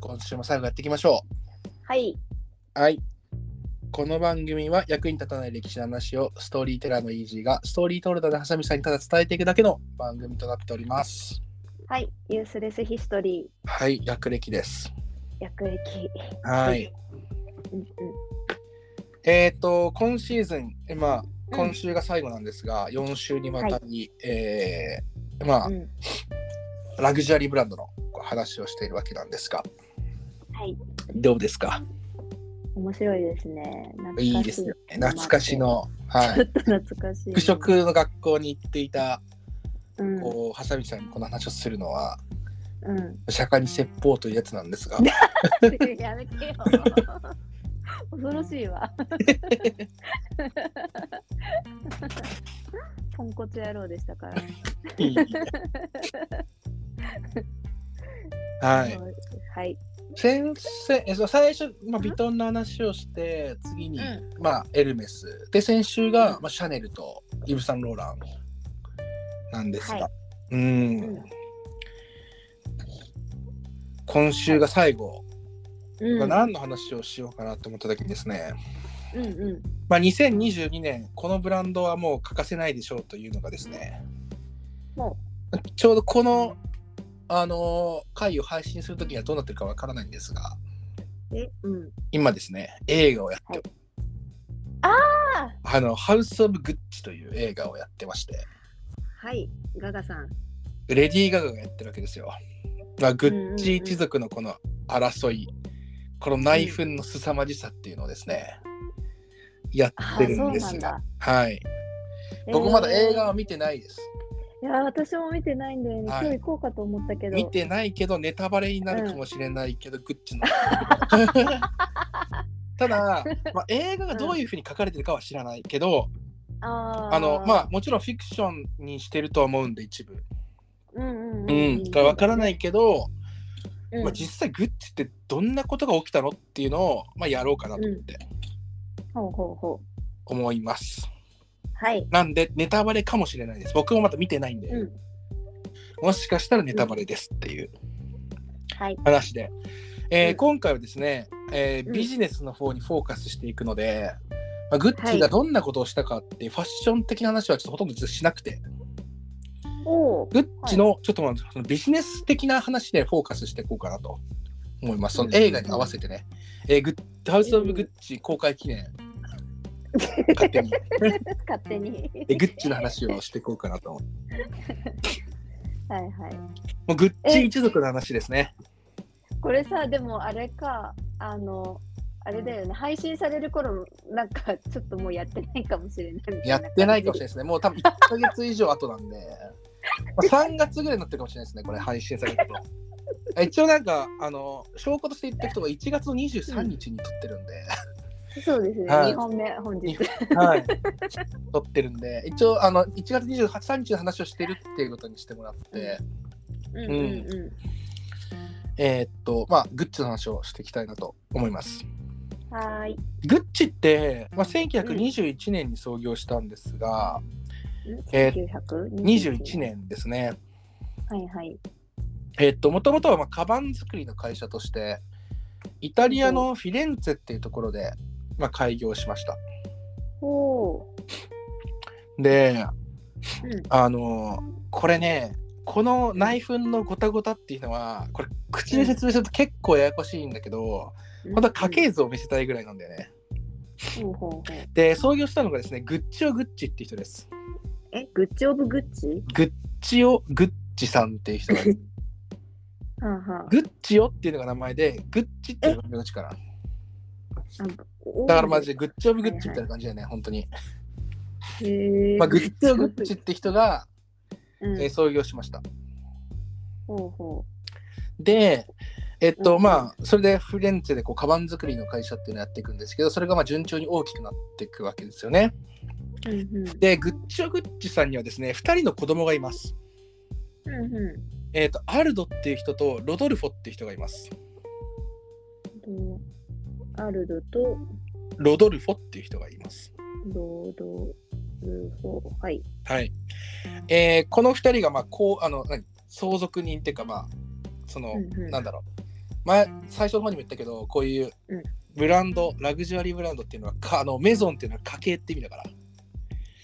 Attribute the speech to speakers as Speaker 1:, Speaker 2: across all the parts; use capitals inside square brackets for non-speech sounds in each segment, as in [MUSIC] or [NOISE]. Speaker 1: 今週も最後やっていきましょ
Speaker 2: はい。
Speaker 1: う。はい。この番組は役に立たない歴史の話をストーリーテラーのイージーがストーリートールダーでハサミさんにただ伝えていくだけの番組となっております。
Speaker 2: はい。ユースレスヒストリ
Speaker 1: はい、役歴です。
Speaker 2: ー、役歴。
Speaker 1: はい。
Speaker 2: うんうん。
Speaker 1: えっ、と、今シーズン、えまあ、
Speaker 2: うん
Speaker 1: 今週が最後なんですが、4週にわたり、えーまあ、
Speaker 2: うん。
Speaker 1: ラグジュアリーブランドのこう話をしているわけなんですが、
Speaker 2: はい。
Speaker 1: どうですか
Speaker 2: 面白いですね。懐かし
Speaker 1: いいですよね。懐かし。の、は
Speaker 2: ちょ
Speaker 1: い。
Speaker 2: っと懐かしい。
Speaker 1: 服飾の学校に行っていた、
Speaker 2: うん。う
Speaker 1: こう、ハサミちゃんにこの話をするのは、 [LAUGHS]
Speaker 2: ん。
Speaker 1: 釈迦に説法というやつなんですが、
Speaker 2: やめてよ。恐ろしい
Speaker 1: [LAUGHS]
Speaker 2: わ。ポンコツ野郎でしたから。
Speaker 1: はい。
Speaker 2: はい。
Speaker 1: 先生、えそう最初、まあ、ビトンの話をして、次に、
Speaker 2: う
Speaker 1: まあ、エルメス。で、先週が、まあ、シャネルとイブ・サンローランなんですが、
Speaker 2: はいううんん。
Speaker 1: 今週が最後、
Speaker 2: うん。
Speaker 1: 何の話をしようかなと思った時にですね、
Speaker 2: うんうん。
Speaker 1: まあ、2022年、このブランドはもう欠かせないでしょうというのがですね、
Speaker 2: も
Speaker 1: ちょうどこの、あのー回を配信するときにはどうなってるかわからないんですが、
Speaker 2: う。え、うん。
Speaker 1: 今ですね、映画をやって、
Speaker 2: はい
Speaker 1: あの、ハウス・オブ・グッチという映画をやってまして、
Speaker 2: はい。ガガさん。
Speaker 1: レディー・ガガがやってるわけですよ。まあ、グッチ一族のこの争い、この内紛の凄まじさっていうのをですね、や
Speaker 2: あ
Speaker 1: っ
Speaker 2: あ、
Speaker 1: て
Speaker 2: そ
Speaker 1: るん
Speaker 2: う
Speaker 1: で
Speaker 2: な
Speaker 1: す
Speaker 2: ん
Speaker 1: が、
Speaker 2: だ。
Speaker 1: はい。僕まだ映画は見てないです。
Speaker 2: いや私も見てないんだよね、
Speaker 1: はい
Speaker 2: 今日行こうかと思ったけど
Speaker 1: 見てないけどネタバレになるかもしれないけど、グッチ
Speaker 2: [LAUGHS]
Speaker 1: の。ただ、まあ、映画がどういうふうに書かれてるかは知らないけど、
Speaker 2: あー
Speaker 1: あのまあもちろんフィクションにしてるとは思うんで一部、
Speaker 2: うんうん
Speaker 1: う
Speaker 2: うん、
Speaker 1: ん、が分からないいけど、
Speaker 2: うん
Speaker 1: まあ、実際グッチってどんなことが起きたのっていうのを、まあ、やろうかなと思って
Speaker 2: ほうほうほう
Speaker 1: 思います。
Speaker 2: はい
Speaker 1: なんでネタバレかもしれないです。僕もまだ見てないんで、
Speaker 2: うん
Speaker 1: もしかしたらネタバレですっていう
Speaker 2: はい
Speaker 1: 話で、えー
Speaker 2: うん
Speaker 1: 今回はですね、えー
Speaker 2: うん
Speaker 1: ビジネスの方にフォーカスしていくので、まあ、グッ
Speaker 2: は
Speaker 1: チ
Speaker 2: い
Speaker 1: がどんなことをしたかっていうファッション的な話はちょっとほとんど実はしなくて、
Speaker 2: おー [LAUGHS]
Speaker 1: グッチのちょっとまあそのビジネス的な話でフォーカスしていこうかなと思います。その映画に合わせてね、えーグッハウス・オブ・グッチ公開記念、勝手に
Speaker 2: 勝手に
Speaker 1: えーグッチの話をしていこうかなと思う。
Speaker 2: [LAUGHS] はいはい
Speaker 1: もうグッチ一族の話ですね。
Speaker 2: これさでもあれかあのあれだよね配信される頃なんかちょっともうやってないかもしれないみたい
Speaker 1: やってないかもしれない
Speaker 2: れ
Speaker 1: ですね。もう多分1ヶ月以上後なん [LAUGHS] で、まあ、3月ぐらいになってるかもしれないですね、これ、配信されると。 [LAUGHS] 一応なんか、あの、証拠として言っておくと、1月の23日に撮ってるんで、
Speaker 2: ないそうですね
Speaker 1: はい
Speaker 2: 2本目本日
Speaker 1: はい。 [LAUGHS] 撮ってるんで、一応、あの、1月23日の話をしてるっていうことにしてもらって、
Speaker 2: うんうんうん
Speaker 1: えーっと、まあ、グッチの話をしていきたいなと思います。
Speaker 2: はーい
Speaker 1: グッチって、まあ、1921年に創業したんですが、えー21
Speaker 2: 921
Speaker 1: 年ですね。
Speaker 2: はいはい
Speaker 1: えっと、もともとは、まあ、カバン作りの会社として、イタリアのフィレンツェっていうところで、まあ、開業しました。
Speaker 2: おー
Speaker 1: で、
Speaker 2: うん
Speaker 1: あのーこれね、この内紛のごたごたっていうのは、これ、口で説明すると結構ややこしいんだけど、
Speaker 2: うん
Speaker 1: 本当は家系図を見せたいぐらいなんだよね。
Speaker 2: ほうほうほう
Speaker 1: で、創業したのがですね、グッチオ・グッチっていう人です。
Speaker 2: え、グッチオブグッチ
Speaker 1: グッチオ・グッチさんっていう人がい
Speaker 2: [LAUGHS]
Speaker 1: る、
Speaker 2: はんはん
Speaker 1: グッチオっていうのが名前で、グッチっていうのが名字かな。
Speaker 2: あ
Speaker 1: だからマジでグッチオブグッチみたいな感じだよね、本当に。
Speaker 2: へー
Speaker 1: まあ、グッチオグッチって人が、
Speaker 2: うん
Speaker 1: えー創業しました。
Speaker 2: ほうほ
Speaker 1: で、えっと、
Speaker 2: うん
Speaker 1: まあ、それでフィレンツェでこう、カバン作りの会社っていうのをやっていくんですけど、それがまあ順調に大きくなっていくわけですよね。
Speaker 2: う。うんうん
Speaker 1: で、グッチオグッチさんにはですね、2人の子供がいます。
Speaker 2: うんう
Speaker 1: えっと、アルドっていう人とロドルフォっていう人がいます。
Speaker 2: んと。アルドと
Speaker 1: ロドルフォっていう人がいます。
Speaker 2: ロードルフォー。はい。
Speaker 1: はい。えーこの2人が、まあ、こう、あの、何相続人っていうか、まあ、その、
Speaker 2: うんうん
Speaker 1: なんだろう。前最初の方にも言ったけどこういう
Speaker 2: うん
Speaker 1: ブランドラグジュアリーブランドっていうのはかあのメゾンっていうのは家系って意味だから、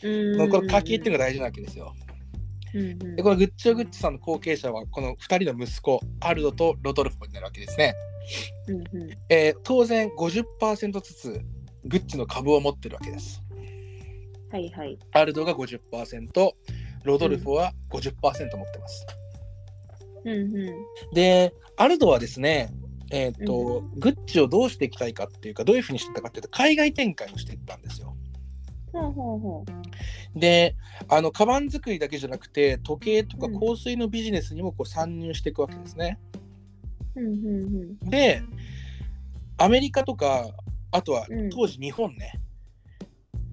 Speaker 2: う
Speaker 1: この家系っていうのが
Speaker 2: の
Speaker 1: 大事なわけですよ
Speaker 2: うんうん
Speaker 1: でこのグッチョグッチさんの後継者はこの2人の息子アルドとロドルフォになるわけですね、
Speaker 2: うんうん
Speaker 1: えー当然50%ずつグッチの株を持ってるわけです
Speaker 2: はいはい。
Speaker 1: アルドが50%ロドルフォは50%持ってます、
Speaker 2: うんう
Speaker 1: でアルドはですねえーっとグッチをどうしていきたいかっていうかどういうふうにしてたかっていうと海外展開をしていったんですよ
Speaker 2: ん。ほうほうほ
Speaker 1: であのカバン作りだけじゃなくて時計とか
Speaker 2: うん
Speaker 1: 香水のビジネスにもこう参入していくわけですね。
Speaker 2: う。うんうん
Speaker 1: でアメリカとかあとは
Speaker 2: うん
Speaker 1: 当時日本ね、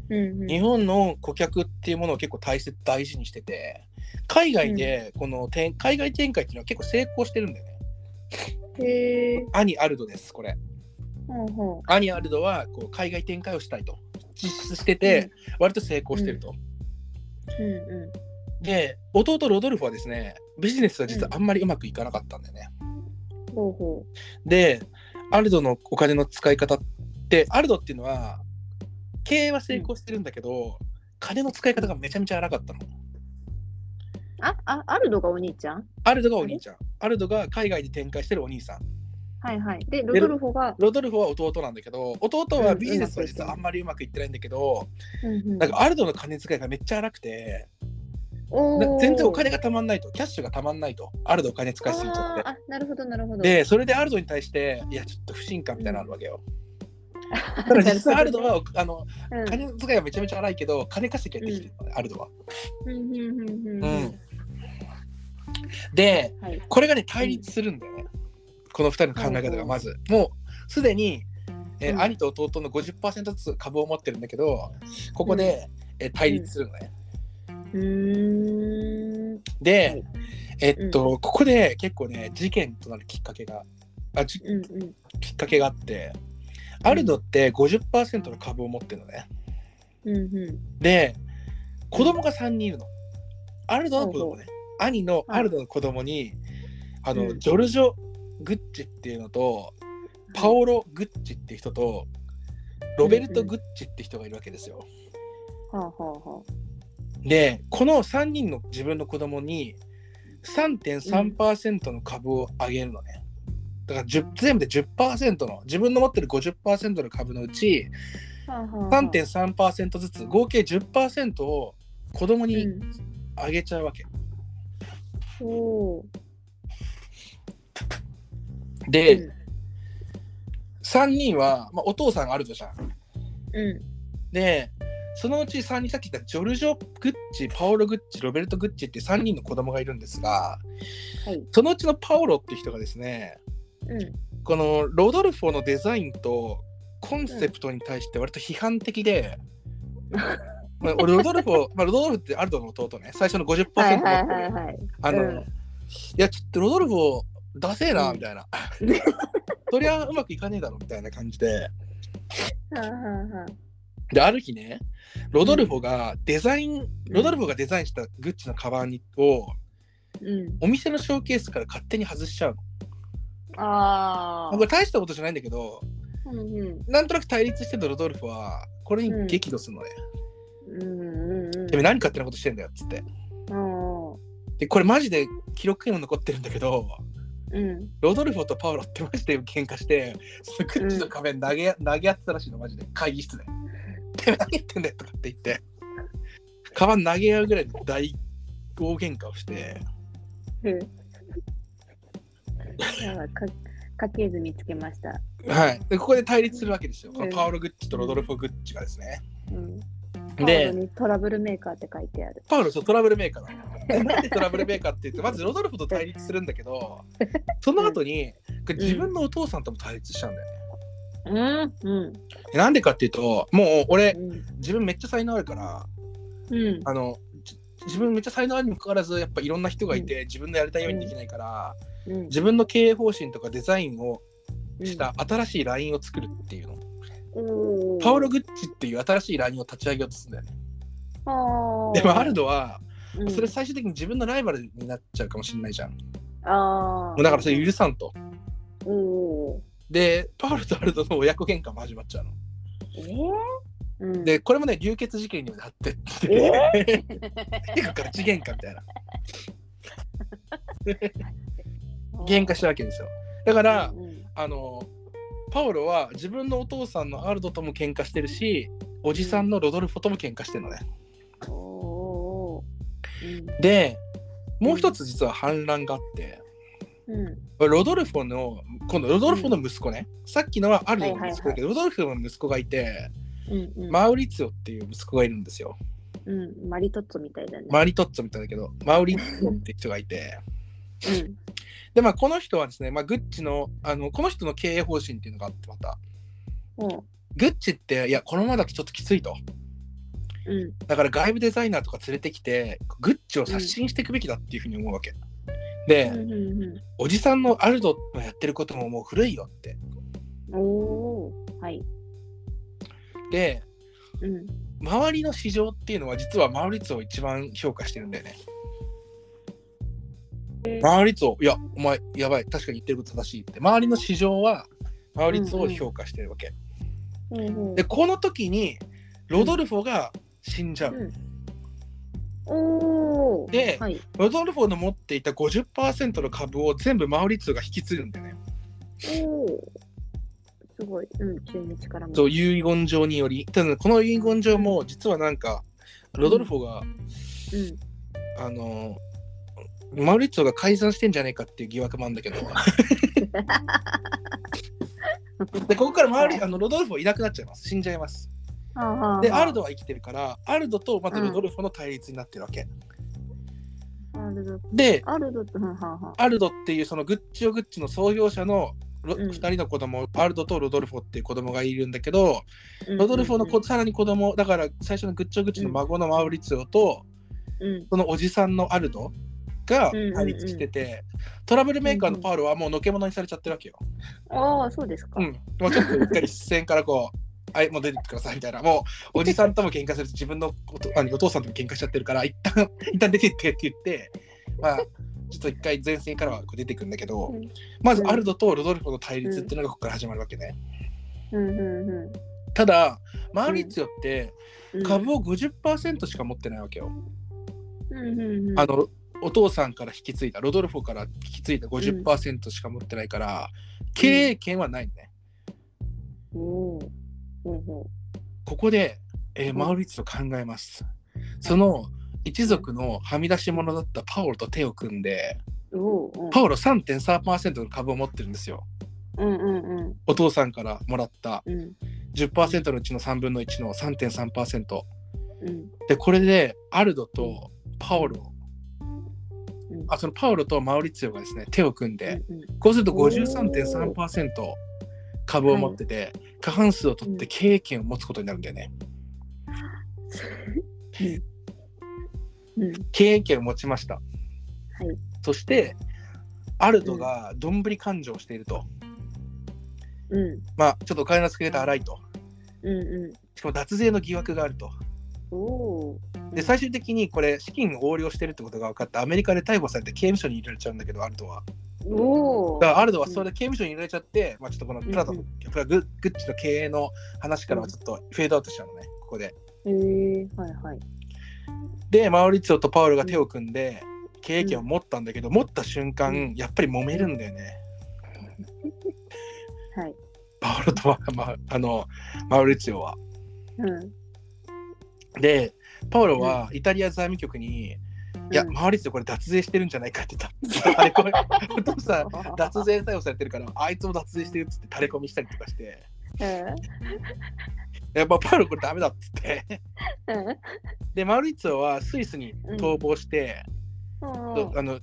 Speaker 2: うん。うんうん。
Speaker 1: 日本の顧客っていうものを結構大切大事にしてて海外でこの展海外展開っていうのは結構成功してるんだよね。
Speaker 2: へえ。
Speaker 1: 兄アルドですこれ。
Speaker 2: ほうほ
Speaker 1: 兄アルドはこう海外展開をしたいと実質して
Speaker 2: う。
Speaker 1: て割と成功してると。
Speaker 2: うんう
Speaker 1: で弟ロドルフはですねビジネスは実はあんまりうまくいかなかったんだよね。
Speaker 2: ん。ほうほ
Speaker 1: でアルドのお金の使い方ってアルドっていうのは経営は成功してるんだけど、金の使い方がめちゃめちゃ荒かったの
Speaker 2: う。あ、あ、アルドがお兄ちゃん
Speaker 1: アルドがお兄ちゃんアルドが海外で展開してるお兄さん
Speaker 2: はいはい。で、ロドルフォが。
Speaker 1: ロドルフは弟なんだけど弟はビジネスは実
Speaker 2: うん
Speaker 1: はあんまりうまくいってないんだけど、
Speaker 2: うんうん
Speaker 1: なんかアルドの金使いがめっちゃ荒くて
Speaker 2: お
Speaker 1: な
Speaker 2: ー
Speaker 1: 全然お金がたまんないとキャッシュがたまんないとアルドお金使いすぎちゃっ
Speaker 2: あ
Speaker 1: て
Speaker 2: ーあ、なるほどなるほど。
Speaker 1: でそれでアルドに対していやちょっと不信感みたいなのあるわけよ、ただ実際アルドはあの
Speaker 2: うん、
Speaker 1: 金遣いはめちゃめちゃ荒いけど金稼ぎはできてる、アルドは。
Speaker 2: うんうんうんうんう
Speaker 1: うんん。で
Speaker 2: はい。
Speaker 1: これがね対立するんだよね、この2人の考え方がまず、もうすでに、えー
Speaker 2: うん
Speaker 1: 兄と弟の50%ずつ株を持ってるんだけどここで、えー対立するのね。
Speaker 2: うーん。
Speaker 1: で、
Speaker 2: はい
Speaker 1: えっと、ここで結構ね事件となるきっかけがあじ
Speaker 2: うんうん。
Speaker 1: きっかけがあってアルドって50%の株を持ってるのね。
Speaker 2: うんうん。
Speaker 1: で子供が3人いるの。アルドの子供ね。兄の
Speaker 2: はい
Speaker 1: アルドの子供に、あの、
Speaker 2: うん
Speaker 1: ジョルジョ・グッチっていうのとパオロ・グッチっていう人とロベルト・グッチって人がいるわけですよ。
Speaker 2: はあはあは
Speaker 1: でこの3人の自分の子供に3.3%の株をあげるのね。だから10全部で10%の自分の持ってる50%の株のうち
Speaker 2: あ。はあはあはあ。
Speaker 1: 3.3%ずつ合計10%を子供に
Speaker 2: うん
Speaker 1: あげちゃうわけ。
Speaker 2: おー
Speaker 1: で、
Speaker 2: うん
Speaker 1: 3人は、まあ、お父さんがあるとじゃん。
Speaker 2: うん。
Speaker 1: で、そのうち3人、さっき言ったジョルジョ・グッチ、パオロ・グッチ、ロベルト・グッチって3人の子供がいるんですが、
Speaker 2: はい。
Speaker 1: そのうちのパオロって人がですね、
Speaker 2: うん。
Speaker 1: このロドルフォのデザインとコンセプトに対して割と批判的
Speaker 2: [LAUGHS]
Speaker 1: で、まあ、俺ロドルフォ、まあ、ロドルフってアルドの弟ね、最初の50%持って
Speaker 2: はい
Speaker 1: る
Speaker 2: はいはいはい。
Speaker 1: あの、
Speaker 2: うん
Speaker 1: いや、ちょっとロドルフを出せえな、
Speaker 2: うん
Speaker 1: みたいな。 [LAUGHS] そりゃうまくいかねえだろ、みたいな感じで。
Speaker 2: はあはあはあ。
Speaker 1: で、ある日ね、ロドルフォがデザイン、ロドルフォがデザインしたグッチのカバンを、
Speaker 2: うん。
Speaker 1: お店のショーケースから勝手に外しちゃうの。
Speaker 2: ああ
Speaker 1: こ。れ大したことじゃないんだけど、
Speaker 2: うんうん。
Speaker 1: なんとなく対立してたロドルフォは、これに激怒するのね。
Speaker 2: うんうんうん。
Speaker 1: てめえ何勝手なことしてんだよ、っつって。
Speaker 2: うん
Speaker 1: で、これマジで記録にも残ってるんだけど、
Speaker 2: うん。
Speaker 1: ロドルフォとパウロってマジで喧嘩して、そのグッチの壁投げ,、投げ合ってたらしいの、マジで。会議室で。てめえ何言ってんだよとかって言って、カバン投げ合うぐらいの大大喧嘩をして、
Speaker 2: [LAUGHS] うん。じゃあか家系図見つけました。
Speaker 1: はい、でここで対立するわけですよ。こ
Speaker 2: うん
Speaker 1: のパウロ・グッチとロドルフォ・グッチがですね。
Speaker 2: うん。カード
Speaker 1: で、
Speaker 2: にトラブルメーカーって書いてある。
Speaker 1: パウロそうトラブルメーカーだ。なんでトラブルメーカーって言って、まずロドルフォと対立するんだけど、その後に、これ自分のお父さんとも対立しちゃうんだよね。
Speaker 2: うんうん
Speaker 1: でなんでかっていうと、もう俺、
Speaker 2: うん
Speaker 1: 自分めっちゃ才能あるから、
Speaker 2: うん
Speaker 1: あのじ自分めっちゃ才能あるにもかかわらずやっぱいろんな人がいて、自分のやりたいようにできないから、
Speaker 2: うん
Speaker 1: 自分の経営方針とかデザインをし
Speaker 2: うん
Speaker 1: た新しいラインを作るっていうの、
Speaker 2: おー
Speaker 1: パウロ・グッチっていう新しいラインを立ち上げようとするんだよね、
Speaker 2: あ
Speaker 1: でもア
Speaker 2: る
Speaker 1: ルドは、
Speaker 2: うん
Speaker 1: それ最終的に自分のライバルになっちゃうかもしれないじゃん、も
Speaker 2: あ
Speaker 1: うだからそ
Speaker 2: い
Speaker 1: れ許さんと
Speaker 2: おお
Speaker 1: でパウロとアルドの親子喧嘩も始まっちゃうの
Speaker 2: ー。えーうん、
Speaker 1: でこれもね流血事件にもなってって
Speaker 2: え
Speaker 1: 結構ガチ喧嘩みたいな喧嘩したわけですよだか、
Speaker 2: から
Speaker 1: あのパオロは自分のお父さんのアルドとも喧嘩してるしおじさんのロドルフォとも喧嘩してるのね
Speaker 2: おおー。
Speaker 1: でもう一つ実は反乱があって
Speaker 2: うん。うん
Speaker 1: ロドルフォの今度ロドルフォの息子ね、さっきのはアルドの息子だけど、ロドルフォの息子がいて
Speaker 2: うんうん。
Speaker 1: マウリツィオっていう息子がいるんですよ
Speaker 2: うん、マリトッツォみたいだね。
Speaker 1: マリトッツォみたいだけどマウリツィオって人がいて
Speaker 2: うん
Speaker 1: でまあこの人はですね、まあ、グッチのあのこの人の経営方針っていうのがあってまた
Speaker 2: も
Speaker 1: グッチっていやこのままだとちょっときついと
Speaker 2: う、うん、
Speaker 1: だから外部デザイナーとか連れてきてグッチを刷新していくべきだっていうふうに思うわけ、で、
Speaker 2: うんうんう
Speaker 1: おじさんのアルドのやってることももう古いよって
Speaker 2: ん。おお、はい。
Speaker 1: で
Speaker 2: うん。
Speaker 1: 周りの市場っていうのは実はマウリツを一番評価してるんだよね
Speaker 2: えー
Speaker 1: マウリツをいやお前やばい確かに言ってること正しいって周りの市場はマウリツを評価してるわけ、
Speaker 2: うんうん
Speaker 1: でこの時にロドルフォが死んじゃう、
Speaker 2: うんおお。
Speaker 1: で
Speaker 2: はい。
Speaker 1: ロドルフォの持っていた50%の株を全部マウリツが引き継ぐんだよね
Speaker 2: おお。すごい。うん、急に力も。
Speaker 1: そう遺言状によりただこの遺言状も実はなんかロドルフォが、
Speaker 2: うん。
Speaker 1: あのマウリッツォが改ざんしてんじゃねえかっていう疑惑もあるんだ
Speaker 2: [LAUGHS]
Speaker 1: けどでここからマウリあのロドルフォいなくなっちゃいます死んじゃいます
Speaker 2: ああ。
Speaker 1: で
Speaker 2: ああ
Speaker 1: アル。ドは生きてるからアルドとまたロドルフォの対立になってるわけ、
Speaker 2: アルド。
Speaker 1: で
Speaker 2: アルドって、はんはんはん。
Speaker 1: アルドっていうそのグッチオグッチの創業者のロ
Speaker 2: うん
Speaker 1: 2人の子供、アルドとロドルフォっていう子供がいるんだけど、
Speaker 2: うん
Speaker 1: ロドルフォの子、。さらに子供だから最初のグッチオグッチの孫のマウリッツォと、
Speaker 2: うん。
Speaker 1: そのおじさんのアルドが
Speaker 2: うんうんうん
Speaker 1: 対立してて、トラブルメーカーのパウロはもうのけものにされちゃってるわけよ。
Speaker 2: ああ、そうですか。
Speaker 1: うん。もうちょっと一回一線からこう、 [LAUGHS] はい、もう出てってくださいみたいな。もうおじさんとも喧嘩するし、自分のおとあのお父さんとも喧嘩しちゃってるから、一旦、 [LAUGHS] 一旦出てってって言って、まあ、ちょっと一回前線からはこう出てくるんだけど、
Speaker 2: うん
Speaker 1: まずアルドとロドルフォの対立っていうのがここから始まるわけね。
Speaker 2: うんうんう
Speaker 1: ただ、マウリッツィオって
Speaker 2: んうん。
Speaker 1: 株を50%しか持ってないわけよ。
Speaker 2: うんうんうん。
Speaker 1: あのお父さんから引き継いだロドルフォから引き継いだ50%しか持ってないから、経営権はないのね。
Speaker 2: おお。ほうほ
Speaker 1: ここで、えー
Speaker 2: うん
Speaker 1: マウリッツィオ考えます。その一族のはみ出し者だったパオロと手を組んで
Speaker 2: う。おお。
Speaker 1: パオロ3.3%の株を持ってるんですよ。
Speaker 2: うんうんうん
Speaker 1: お父さんからもらった
Speaker 2: うん
Speaker 1: 10%のうちの3分の1の3.3%。
Speaker 2: うん
Speaker 1: でこれでアルドとパオロ、
Speaker 2: うん
Speaker 1: あそのパオロとマウリッツィオがですね手を組んで、
Speaker 2: うん
Speaker 1: こうすると53.3%株を持ってて、過半数を取って経営権を持つことになるんだよね。
Speaker 2: うん。うん。
Speaker 1: 経営権を持ちました。
Speaker 2: い
Speaker 1: そして、アルドがどんぶり勘定をしていると、
Speaker 2: うん
Speaker 1: まあ、ちょっとお金の付け方荒いと、
Speaker 2: うんう
Speaker 1: しかも脱税の疑惑があると。
Speaker 2: ん。おお。
Speaker 1: で、最終的にこれ、資金を横領してるってことが分かって、アメリカで逮捕されて刑務所に入れられちゃうんだけど、アルドは。
Speaker 2: おお。
Speaker 1: だからアルドはそれで刑務所に入れられちゃって、まあ、ちょっとこのプラト
Speaker 2: うんう
Speaker 1: の、プラググッチの経営の話からはちょっとフェードアウトしちゃうのね、ここで。
Speaker 2: へえはいはい。
Speaker 1: でマウリツィオとパウルが手を組んで経営権を持ったんだけど、持った瞬間、
Speaker 2: うん
Speaker 1: やっぱり揉めるんだよね
Speaker 2: はい。
Speaker 1: パウルとは、 [LAUGHS] まあ、あのマウリツィオは。
Speaker 2: うん。
Speaker 1: でパウロはイタリア財務局に「いや
Speaker 2: うん
Speaker 1: マウリツィオこれ脱税してるんじゃないか」って
Speaker 2: [LAUGHS]
Speaker 1: 言った垂れ込みお父さん脱税逮捕されてるからあいつも脱税してるっつって垂れ込みしたりとかして「やっぱパウロこれダメだ」っつって
Speaker 2: うん。うん
Speaker 1: でマウリツィオはスイスに逃亡して、
Speaker 2: うん
Speaker 1: あの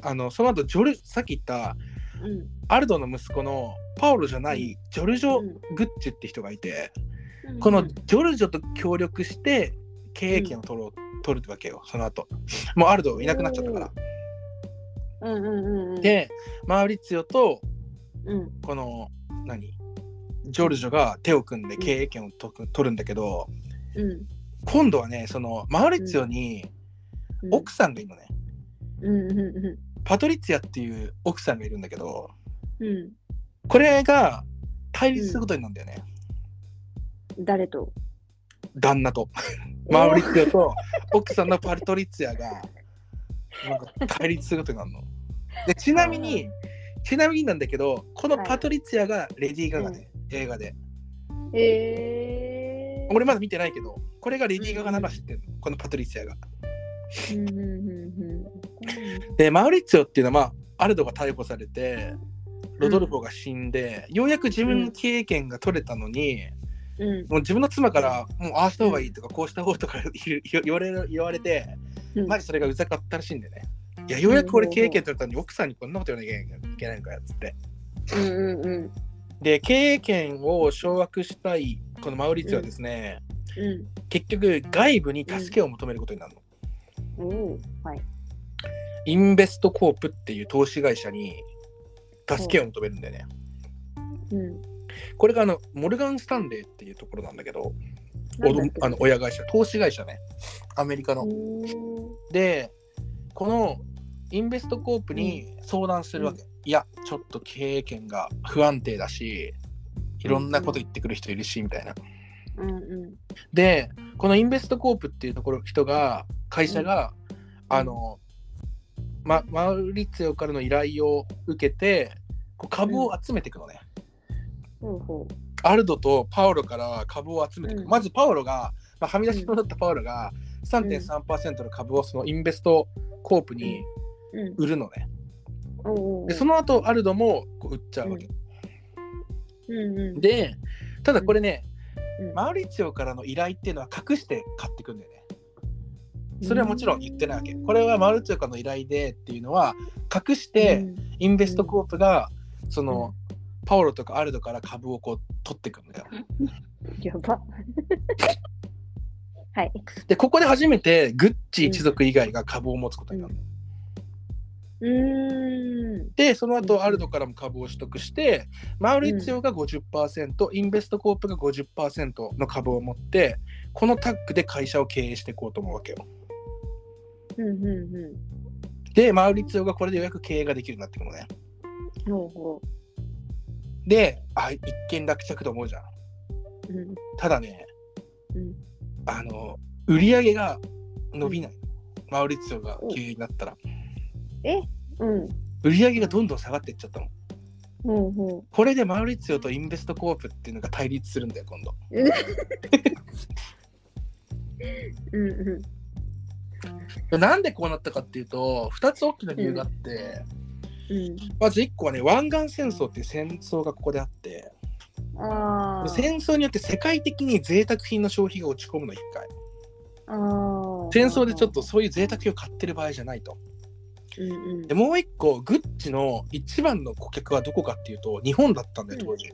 Speaker 1: あのその後ジョルさっき言った
Speaker 2: うん
Speaker 1: アルドの息子のパオロじゃないジョルジョ・グッチって人がいて、このジョルジョと協力して経営権を取ろう、取るってわけよその後もうアルドいなくなっちゃったから、
Speaker 2: うんうんうんうん。
Speaker 1: でマウリツィオと
Speaker 2: うん
Speaker 1: この何ジョルジョが手を組んで経営権をとく取るんだけど
Speaker 2: うん
Speaker 1: 今度はねそのマウリツィオに
Speaker 2: うん。
Speaker 1: 奥さんがいるのね、
Speaker 2: うんうんう
Speaker 1: パトリツィアっていう奥さんがいるんだけど
Speaker 2: んうん
Speaker 1: これが対立することになるんだよね、
Speaker 2: 誰と
Speaker 1: 旦那とマウリッツィアと奥さんのパルトリッツィアがなんか対立することになるのでちなみにちなみになんだけどこのパトリッツィアがレディー・ガガで、映画で
Speaker 2: えー、
Speaker 1: 俺まだ見てないけどこれがレディー・ガガなら知ってるのこのパトリッツィアが
Speaker 2: うんうんうんうん
Speaker 1: でマウリッツィオっていうのは、まあ、アルドが逮捕されてロドルフォが死んで、ようやく自分の経験が取れたのに、
Speaker 2: うん
Speaker 1: もう自分の妻から「もうああした方がいい」とか「こうした方がいい」とか言う言われる言われて、
Speaker 2: うん
Speaker 1: マジそれがうざかったらしいんでね。いやようやく俺経験取れたのに奥さんにこんなこと言わなきゃいけないのかやっつって。
Speaker 2: うんうんうん
Speaker 1: で経験を掌握したいこのマウリッツィオはですね、
Speaker 2: うん
Speaker 1: 結局外部に助けを求めることになるの。
Speaker 2: おおはい
Speaker 1: インベストコープっていう投資会社に助けを求めるんだよね。
Speaker 2: うん
Speaker 1: これがあのモルガン・スタンレーっていうところなんだけど、
Speaker 2: な
Speaker 1: お
Speaker 2: んだっけ
Speaker 1: あの親会社、投資会社ね、アメリカの。
Speaker 2: うー
Speaker 1: で、このインベストコープに相談するわけ。いや、ちょっと経験が不安定だし、いろんなこと言ってくる人いるし、みたいな。
Speaker 2: んうん
Speaker 1: で、このインベストコープっていうところ、人が、会社が、
Speaker 2: うん
Speaker 1: あの、ま、マウリッツィオからの依頼を受けて、こう株を集めていくのね。
Speaker 2: ほうほ
Speaker 1: アルドとパオロから株を集めてくる、
Speaker 2: うん
Speaker 1: まずパオロが、まあ、はみ出し者だったパオロが3.3%の株をそのインベストコープに
Speaker 2: ううん
Speaker 1: 売るのね、
Speaker 2: おうおう
Speaker 1: でその後アルドもこう売っちゃうわけ、
Speaker 2: うんうん
Speaker 1: でただこれね、
Speaker 2: うん
Speaker 1: マウリッチオからの依頼っていうのは隠して買ってくんだよねそれはもちろん言ってないわけこれはマウリッチオからの依頼でっていうのは隠してインベストコープがそのパオロとかアルドから株をこう取ってくんだよ
Speaker 2: うんやばはい
Speaker 1: でここで初めてグッチ一族以外が株を持つことになるの、
Speaker 2: うーん
Speaker 1: でその
Speaker 2: うん
Speaker 1: 後アルドからも株を取得してマウリッツィオが50%、インベストコープが50%の株を持ってこのタッグで会社を経営していこうと思うわけよ
Speaker 2: うんうんう
Speaker 1: でマウリッツィオがこれでようやく経営ができるようになってくるのね
Speaker 2: んほうほ
Speaker 1: であ一見落着と思うじゃん
Speaker 2: ううん
Speaker 1: ただね、
Speaker 2: うん
Speaker 1: あの売り上げが伸びない、マウリッツィオが経営になったら
Speaker 2: うん
Speaker 1: 売り上げがどんどん下がっていっちゃったの
Speaker 2: ほうほ
Speaker 1: これでマウリッツィオとインベストコープっていうのが対立するんだよ今度
Speaker 2: ううんうん
Speaker 1: でなんでこうなったかっていうと2つ大きな理由があって、
Speaker 2: うん
Speaker 1: まず1個はね湾岸戦争っていう戦争がここであって
Speaker 2: あー
Speaker 1: 戦争によって世界的に贅沢品の消費が落ち込むの1回
Speaker 2: あー
Speaker 1: 戦争でちょっとそういう贅沢品を買ってる場合じゃないと
Speaker 2: うんうん
Speaker 1: でもう1個グッチの一番の顧客はどこかっていうと日本だったんだよ当時、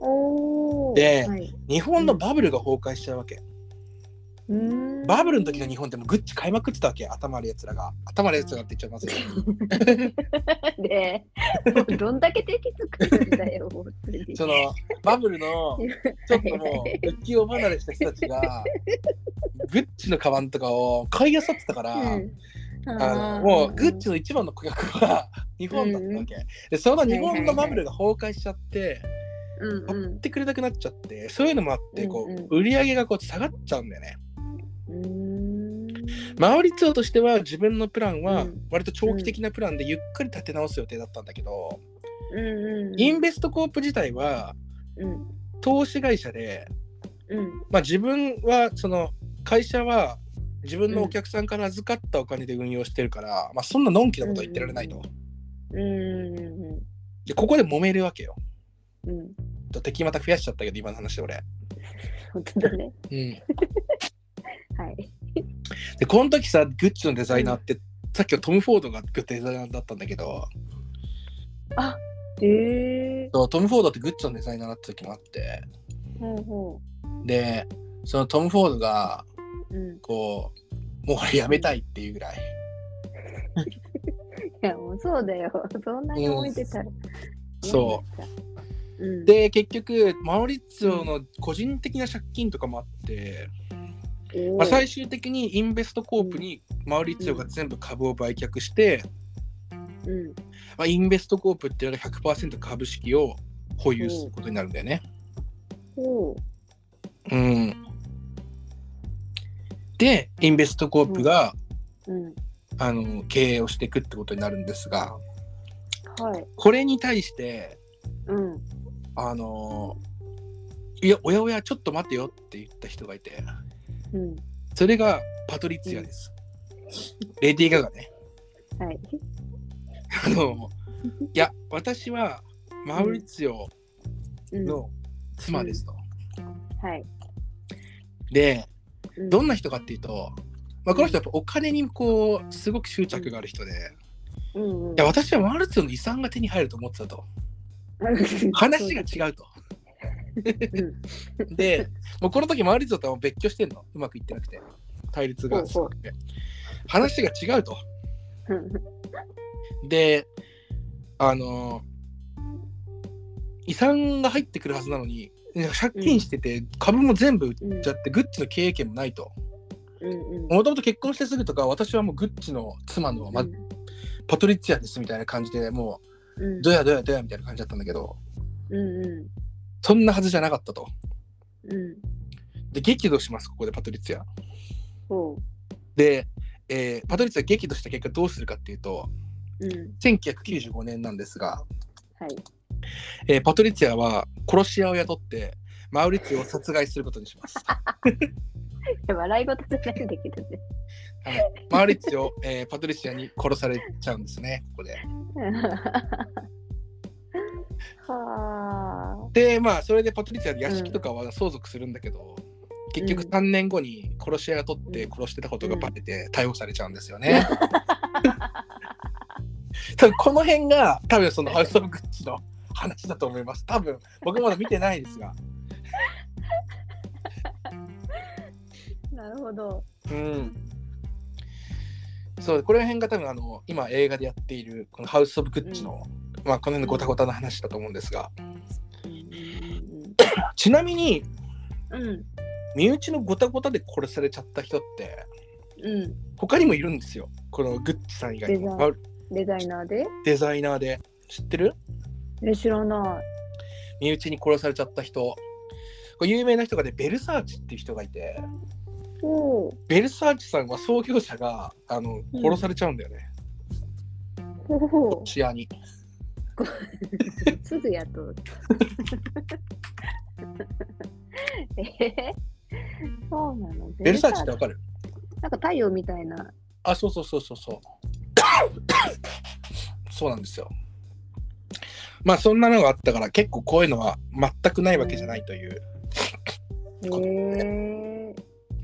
Speaker 2: おー
Speaker 1: で
Speaker 2: はい
Speaker 1: 日本のバブルが崩壊しちゃうわけ
Speaker 2: うーん
Speaker 1: バブルの時の日本ってもうグッチ買いまくってたわけ頭あるやつらが頭あるやつらって言っちゃいますよ
Speaker 2: [LAUGHS] で、もうどんだけ敵作るんだよ、本当に。
Speaker 1: そのバブルのちょっともう浮世離れした人たちがグッチのカバンとかを買い漁ってたから、
Speaker 2: うん
Speaker 1: あのもうグッチの一番の顧客は日本だったわけ、でその日本のバブルが崩壊しちゃって
Speaker 2: うん
Speaker 1: 買ってくれなくなっちゃってそういうのもあってこう、
Speaker 2: うんうん
Speaker 1: 売り上げがこう下がっちゃうんだよね。
Speaker 2: うん。うーん
Speaker 1: マオリツオとしては自分のプランは
Speaker 2: うん
Speaker 1: 割と長期的なプランでゆっくり立て直す予定だったんだけど、
Speaker 2: うんうん
Speaker 1: インベストコープ自体は
Speaker 2: うん
Speaker 1: 投資会社で
Speaker 2: うん
Speaker 1: まあ、自分はその会社は自分のお客さんから預かったお金で運用してるから、まあ、そんなのんきなことは言ってられないと、
Speaker 2: うんうんうん
Speaker 1: でここで揉めるわけよ
Speaker 2: うんうん。
Speaker 1: と敵また増やしちゃったけど今の話で俺、
Speaker 2: 本当だね。
Speaker 1: うん、
Speaker 2: はい。
Speaker 1: でこの時さグッチのデザイナーって、さっきのトム・フォードがデザイナーだったんだけど
Speaker 2: ええ
Speaker 1: そうトム・フォードってグッチのデザイナーだった時もあって
Speaker 2: ほうほ
Speaker 1: でそのトム・フォードが
Speaker 2: う。うん。い
Speaker 1: こうもう俺やめたいっていうぐらい
Speaker 2: や、もうそうだよ。そんなに置いてたら。。
Speaker 1: そう
Speaker 2: うん。、
Speaker 1: で結局マオリッツォの個人的な借金とかもあって、まあ、最終的にインベストコープにマウリッツィオが全部株を売却して、
Speaker 2: うん。
Speaker 1: まあ、インベストコープっていうのが100%株式を保有することになるんだよね。
Speaker 2: ほ
Speaker 1: うん、でインベストコープが、
Speaker 2: う。うん。
Speaker 1: あの経営をしていくってことになるんですが
Speaker 2: はい。
Speaker 1: これに対して
Speaker 2: うん。
Speaker 1: あのいやおやおやちょっと待てよって言った人がいて
Speaker 2: うん。
Speaker 1: それがパトリツィアです。レディー・ガガね。
Speaker 2: はい。
Speaker 1: あのいや私はマウリツィオ
Speaker 2: うん。
Speaker 1: の妻ですと。
Speaker 2: はい。
Speaker 1: で
Speaker 2: うん
Speaker 1: どんな人かっていうと、まあ、この人はやっぱお金にこうすごく執着がある人で、い
Speaker 2: うんうん。
Speaker 1: や私はマルツの遺産が手に入ると思ってたと話が違うと。でもうこの時マルツオとはもう別居してんのうまくいってなくて対立が
Speaker 2: ほうほ
Speaker 1: 話が違うと。
Speaker 2: うん。
Speaker 1: であの遺産が入ってくるはずなのに借金してて株も全部売っ
Speaker 2: うん。
Speaker 1: ちゃってグッチの経営権もないと。
Speaker 2: うんうん。
Speaker 1: もともと結婚してすぐとか私はもうグッチの妻の、ま、パトリッツィアですみたいな感じでもう
Speaker 2: うん。
Speaker 1: どやどやどやみたいな感じだったんだけど、
Speaker 2: うんう
Speaker 1: そんなはずじゃなかったと。
Speaker 2: ん。うん。
Speaker 1: で、激怒します、ここでパトリツィア。
Speaker 2: ほ
Speaker 1: で、えーパトリツィア激怒した結果どうするかっていうと、
Speaker 2: う。うん。
Speaker 1: 1995年なんですが、
Speaker 2: はい。
Speaker 1: えーパトリツィアは殺し屋を雇って、マウリツィオを殺害することにします。
Speaker 2: いや笑い事じゃないんだけどね。 [LAUGHS]
Speaker 1: マウリツィオ、えーパトリツィアに殺されちゃうんですね、ここで。
Speaker 2: はあ。
Speaker 1: で、まあ、それでパトリツィアの屋敷とかは相続するんだけど、結局3年後に殺し屋が取って殺してたことがバレて逮捕されちゃうんですよね。多分この辺が多分そのハウス・オブ・グッチの話だと思います。多分僕まだ見てないですが。
Speaker 2: なるほど。
Speaker 1: うん。そう、この辺が多分あの今映画でやっているこのハウス・オブ・グッチの、まあこの辺のごたごたの話だと思うんですが、
Speaker 2: うん
Speaker 1: ちなみに
Speaker 2: うんうん。
Speaker 1: 身内のごたごたで殺されちゃった人って、
Speaker 2: うん。うん
Speaker 1: 他にもいるんですよ。このグッチさん以外に
Speaker 2: デザ
Speaker 1: も
Speaker 2: イン
Speaker 1: まあデ
Speaker 2: デザイナーで
Speaker 1: ザイナーで知ってる
Speaker 2: え知らない。
Speaker 1: 身内に殺されちゃった人。これ有名な人がね、ベルサーチっていう人がいて、
Speaker 2: ほう。
Speaker 1: ベルサーチさんは創業者があの
Speaker 2: うん
Speaker 1: 殺されちゃうんだよね、
Speaker 2: ほ
Speaker 1: シアに。
Speaker 2: う。すぐ雇う。えー、そうなの
Speaker 1: ベルサーチってわかる
Speaker 2: なんか太陽みたいな。
Speaker 1: あ、そうそうそうそう
Speaker 2: [COUGHS]
Speaker 1: そう。そうなんですよ。まあそんなのがあったから結構こういうのは全くないわけじゃないという。
Speaker 2: へえ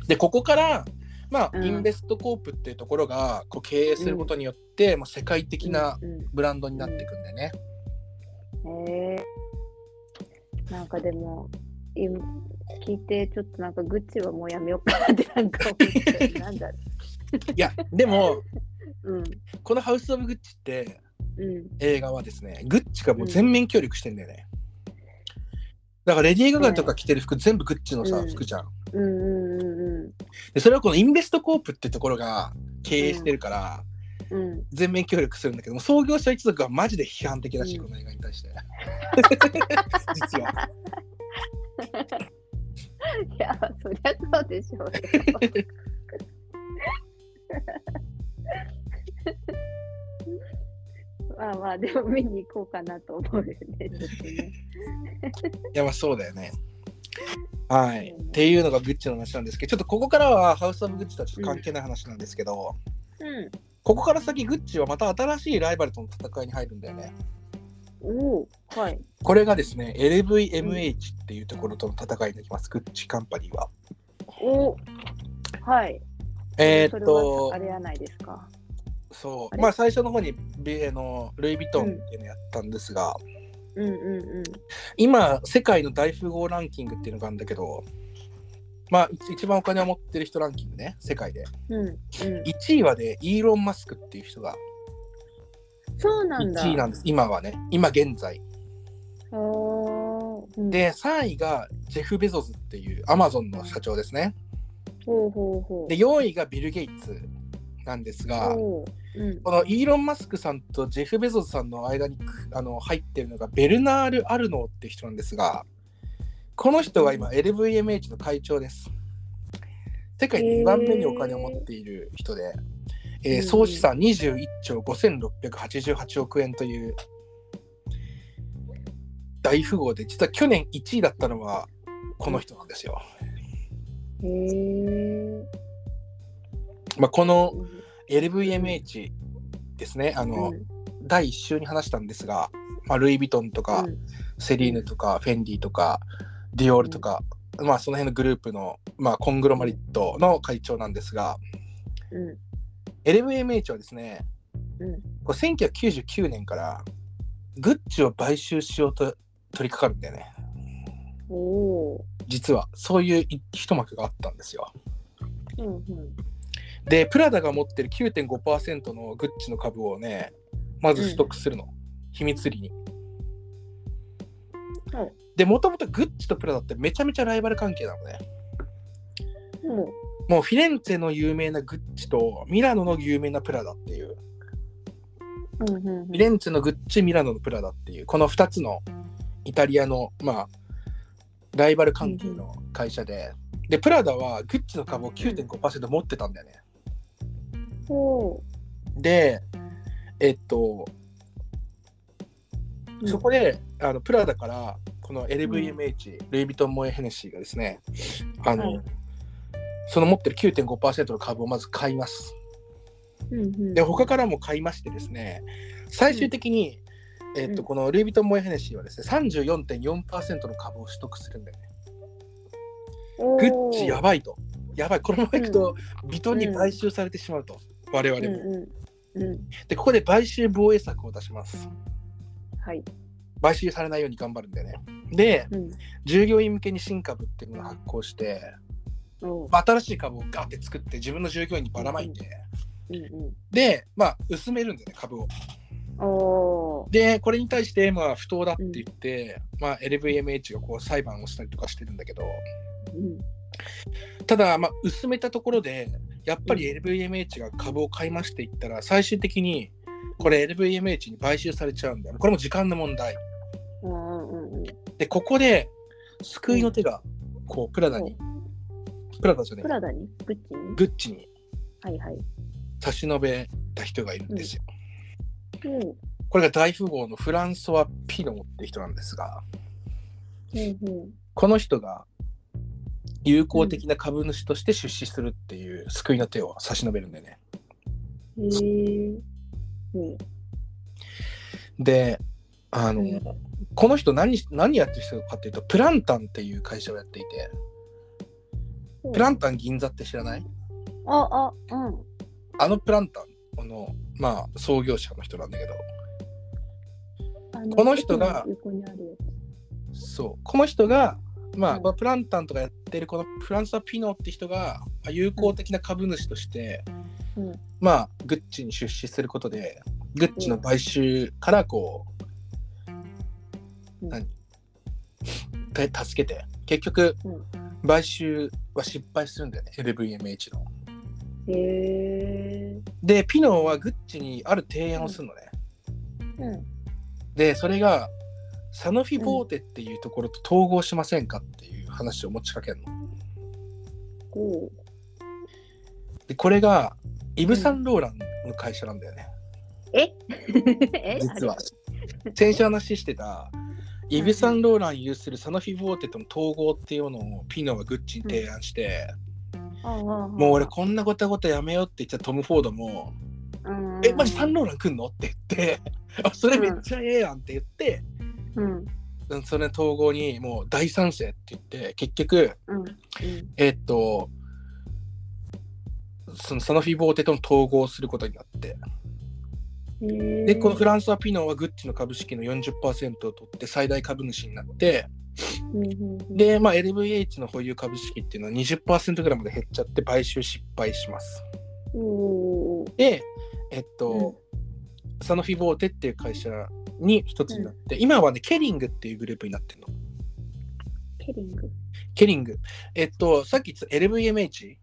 Speaker 1: でここから、まあ
Speaker 2: うん
Speaker 1: インベストコープっていうところがこう経営することによって、まあ、世界的な
Speaker 2: うん
Speaker 1: ブランドになっていくんでね。
Speaker 2: うんへーなんかでも、今聞いて、ちょっとなんか、グッチはもうやめようかなってなんか思って、なんだろ
Speaker 1: いやでも
Speaker 2: う。うん。
Speaker 1: この「ハウス・オブ・グッチ」って
Speaker 2: うん。
Speaker 1: 映画はですねグッチがもう全面協力してんだよね。だからレディー・ガガとか着てる服全部グッチのさ、
Speaker 2: うん
Speaker 1: 服じゃん。
Speaker 2: うんうんうん
Speaker 1: でそれをこのインベストコープってところが経営してるから
Speaker 2: うん。うん。
Speaker 1: 全面協力するんだけども創業者一族はマジで批判的らしい、
Speaker 2: うん
Speaker 1: この映画に対して。 [LAUGHS] 実は。
Speaker 2: いや、そりゃそうでしょうよ。 [LAUGHS] まあまあ、でも見に行こうかなと思うよね、ちょっとね。
Speaker 1: いやまあそうだよね。はい、
Speaker 2: うん
Speaker 1: っていうのがグッチの話なんですけどちょっとここからはハウス・オブ・グッチとはちょっと関係ない話なんですけど、ここから先グッチはまた新しいライバルとの戦いに入るんだよね。
Speaker 2: うん。おお、はい。
Speaker 1: これがですね LVMH っていうところとの戦いになります、グッチカンパニーは。
Speaker 2: おはい。
Speaker 1: え
Speaker 2: そ
Speaker 1: ーっ
Speaker 2: れ
Speaker 1: と
Speaker 2: はあれやないですか。
Speaker 1: そ
Speaker 2: あ
Speaker 1: う
Speaker 2: れ
Speaker 1: まあ最初の方にビあのルイ・ヴィトンっていうのやったんですが、
Speaker 2: うんうんうん。
Speaker 1: 今世界の大富豪ランキングっていうのがあるんだけどまあい一番お金を持ってる人ランキングね世界で
Speaker 2: うんうん、
Speaker 1: 1位はねイーロン・マスクっていう人が
Speaker 2: そうなんだ。
Speaker 1: 1位なんです今はね今現在
Speaker 2: おーうん、
Speaker 1: で3位がジェフ・ベゾスっていうアマゾンの社長ですね
Speaker 2: ほうほうほう。
Speaker 1: で4位がビル・ゲイツなんですが
Speaker 2: おーうん
Speaker 1: このイーロン・マスクさんとジェフ・ベゾスさんの間にくあの入ってるのがベルナール・アルノーって人なんですが、この人が今 LVMH の会長です。世界で2番目にお金を持っている人で、えー
Speaker 2: うん
Speaker 1: 総資産21兆5688億円という大富豪で、実は去年1位だったのはこの人なんですよ。
Speaker 2: へえ
Speaker 1: まあ、この LVMH ですね、あの、
Speaker 2: うん
Speaker 1: 第1週に話したんですが、まあ、ルイ・ヴィトンとか、セリーヌとか、フェンディとか、ディオールとか、まあその辺のグループの、まあ、コングロマリットの会長なんですが、
Speaker 2: うん
Speaker 1: LVMH はですね、
Speaker 2: うん
Speaker 1: こう1999年からグッチを買収しようと取り掛かるんだよね。
Speaker 2: おお
Speaker 1: 実はそういう一幕があったんですよ。
Speaker 2: ーうんうん
Speaker 1: で、プラダが持ってる9.5%のグッチの株をね、まず取得するの。秘密裏に。
Speaker 2: はい
Speaker 1: で、もともとグッチとプラダってめちゃめちゃライバル関係なのね。
Speaker 2: も
Speaker 1: もうフィレンツェの有名なグッチとミラノの有名なプラダっていう、
Speaker 2: ううんうんうん
Speaker 1: フィレンツェのグッチ、ミラノのプラダっていう、この2つのイタリアの、まあ、ライバル関係の会社で、で、プラダはグッチの株を9.5%持ってたんだよね。
Speaker 2: お
Speaker 1: で、えっと、
Speaker 2: ー
Speaker 1: そこであのプラダからこの LVMH、ルイ・ヴィトン・モエ・ヘネシーがですねあの、
Speaker 2: はい
Speaker 1: その持ってる9.5%の株をまず買います
Speaker 2: うんうん
Speaker 1: で他からも買いましてですね最終的に、えっと
Speaker 2: うん
Speaker 1: このルイ・ヴィトン・モエ・ヘネシーはですね34.4%の株を取得するんだよね
Speaker 2: おー
Speaker 1: グッチやばいとやばいこのままいくと、ヴィトンに買収されてしまうと我々
Speaker 2: うん
Speaker 1: も、
Speaker 2: うんうん
Speaker 1: でここで買収防衛策を出します
Speaker 2: はい
Speaker 1: 買収されないように頑張るんだよねで
Speaker 2: うん
Speaker 1: 従業員向けに新株っていうのを発行して、
Speaker 2: おー
Speaker 1: まあ新しい株をガーって作って自分の従業員にばらまいて、
Speaker 2: うん
Speaker 1: で、まあ、薄めるんだよね株を。
Speaker 2: うんおー
Speaker 1: でこれに対して、まあ、不当だって言って、まあ、LVMH がこう裁判をしたりとかしてるんだけど
Speaker 2: うん
Speaker 1: ただ、まあ、薄めたところでやっぱり LVMH が株を買いましていったら最終的にこれ LVMH に買収されちゃうんだよねこれも時間の問題。
Speaker 2: うんうんうん
Speaker 1: でここで救いの手がこうプラダに、プラダじゃね
Speaker 2: プラダにグッチに
Speaker 1: グッチに
Speaker 2: はいはい
Speaker 1: 差し伸べた人がいるんですよ。
Speaker 2: うんうん
Speaker 1: これが大富豪のフランソワ・ピノーって人なんですが、
Speaker 2: うん
Speaker 1: この人が友好的な株主として出資するっていう救いの手を差し伸べるんだよね。
Speaker 2: へえうん
Speaker 1: で、あの、
Speaker 2: うん
Speaker 1: この人何し何やってる人かっていうと、プランタンっていう会社をやっていて、プランタン銀座って知らない
Speaker 2: ああうん
Speaker 1: あのプランタンの、まあ、創業者の人なんだけど、
Speaker 2: あの
Speaker 1: この人が
Speaker 2: 駅の横にあるや
Speaker 1: そう、この人が、まあ、
Speaker 2: うん
Speaker 1: このプランタンとかやってるこのフランソワ・ピノーって人が、まあ友好的な株主として、
Speaker 2: つうん
Speaker 1: まあ、グッチに出資することで、グッチの買収からこう、
Speaker 2: うん
Speaker 1: 何た助けて、結局、
Speaker 2: うん
Speaker 1: 買収は失敗するんだよね、LVMH の。
Speaker 2: へえ
Speaker 1: で、ピノーはグッチにある提案をするのね。
Speaker 2: うん
Speaker 1: で、それが、サノフィボーテっていうところと統合しませんかっていう話を持ちかけるの。
Speaker 2: こ
Speaker 1: で、これが、イブ・サンローランの会社なんだよね、
Speaker 2: うえ [LAUGHS] え
Speaker 1: 実は
Speaker 2: あ
Speaker 1: [LAUGHS]
Speaker 2: れ。
Speaker 1: 先週話してた、イヴ・サンローラン有するサノフィ・ボーテとの統合っていうのをピノがグッチに提案して、
Speaker 2: あああ
Speaker 1: もう俺こんなごたごたやめようって言ったトム・フォードも「えマジサンローラン来んの?」って言って [LAUGHS] 「あそれめっちゃええやん」って言って、
Speaker 2: うん
Speaker 1: うん、それ統合にもう大賛成って言って結局
Speaker 2: うんうん
Speaker 1: えっとそのサノフィ・ボーテとの統合をすることになって
Speaker 2: へえ
Speaker 1: でこのフランスはピノはグッチの株式の40%を取って最大株主になって
Speaker 2: うんうんうん
Speaker 1: で、まあ、LVH の保有株式っていうのは20%ぐらいまで減っちゃって買収失敗します。
Speaker 2: おお
Speaker 1: で、えっと、サノフィボーテっていう会社に一つになって、今はね、ケリングっていうグループになってるの。
Speaker 2: ケリングっ
Speaker 1: ケリング。えっと、さっき言ってた LVMH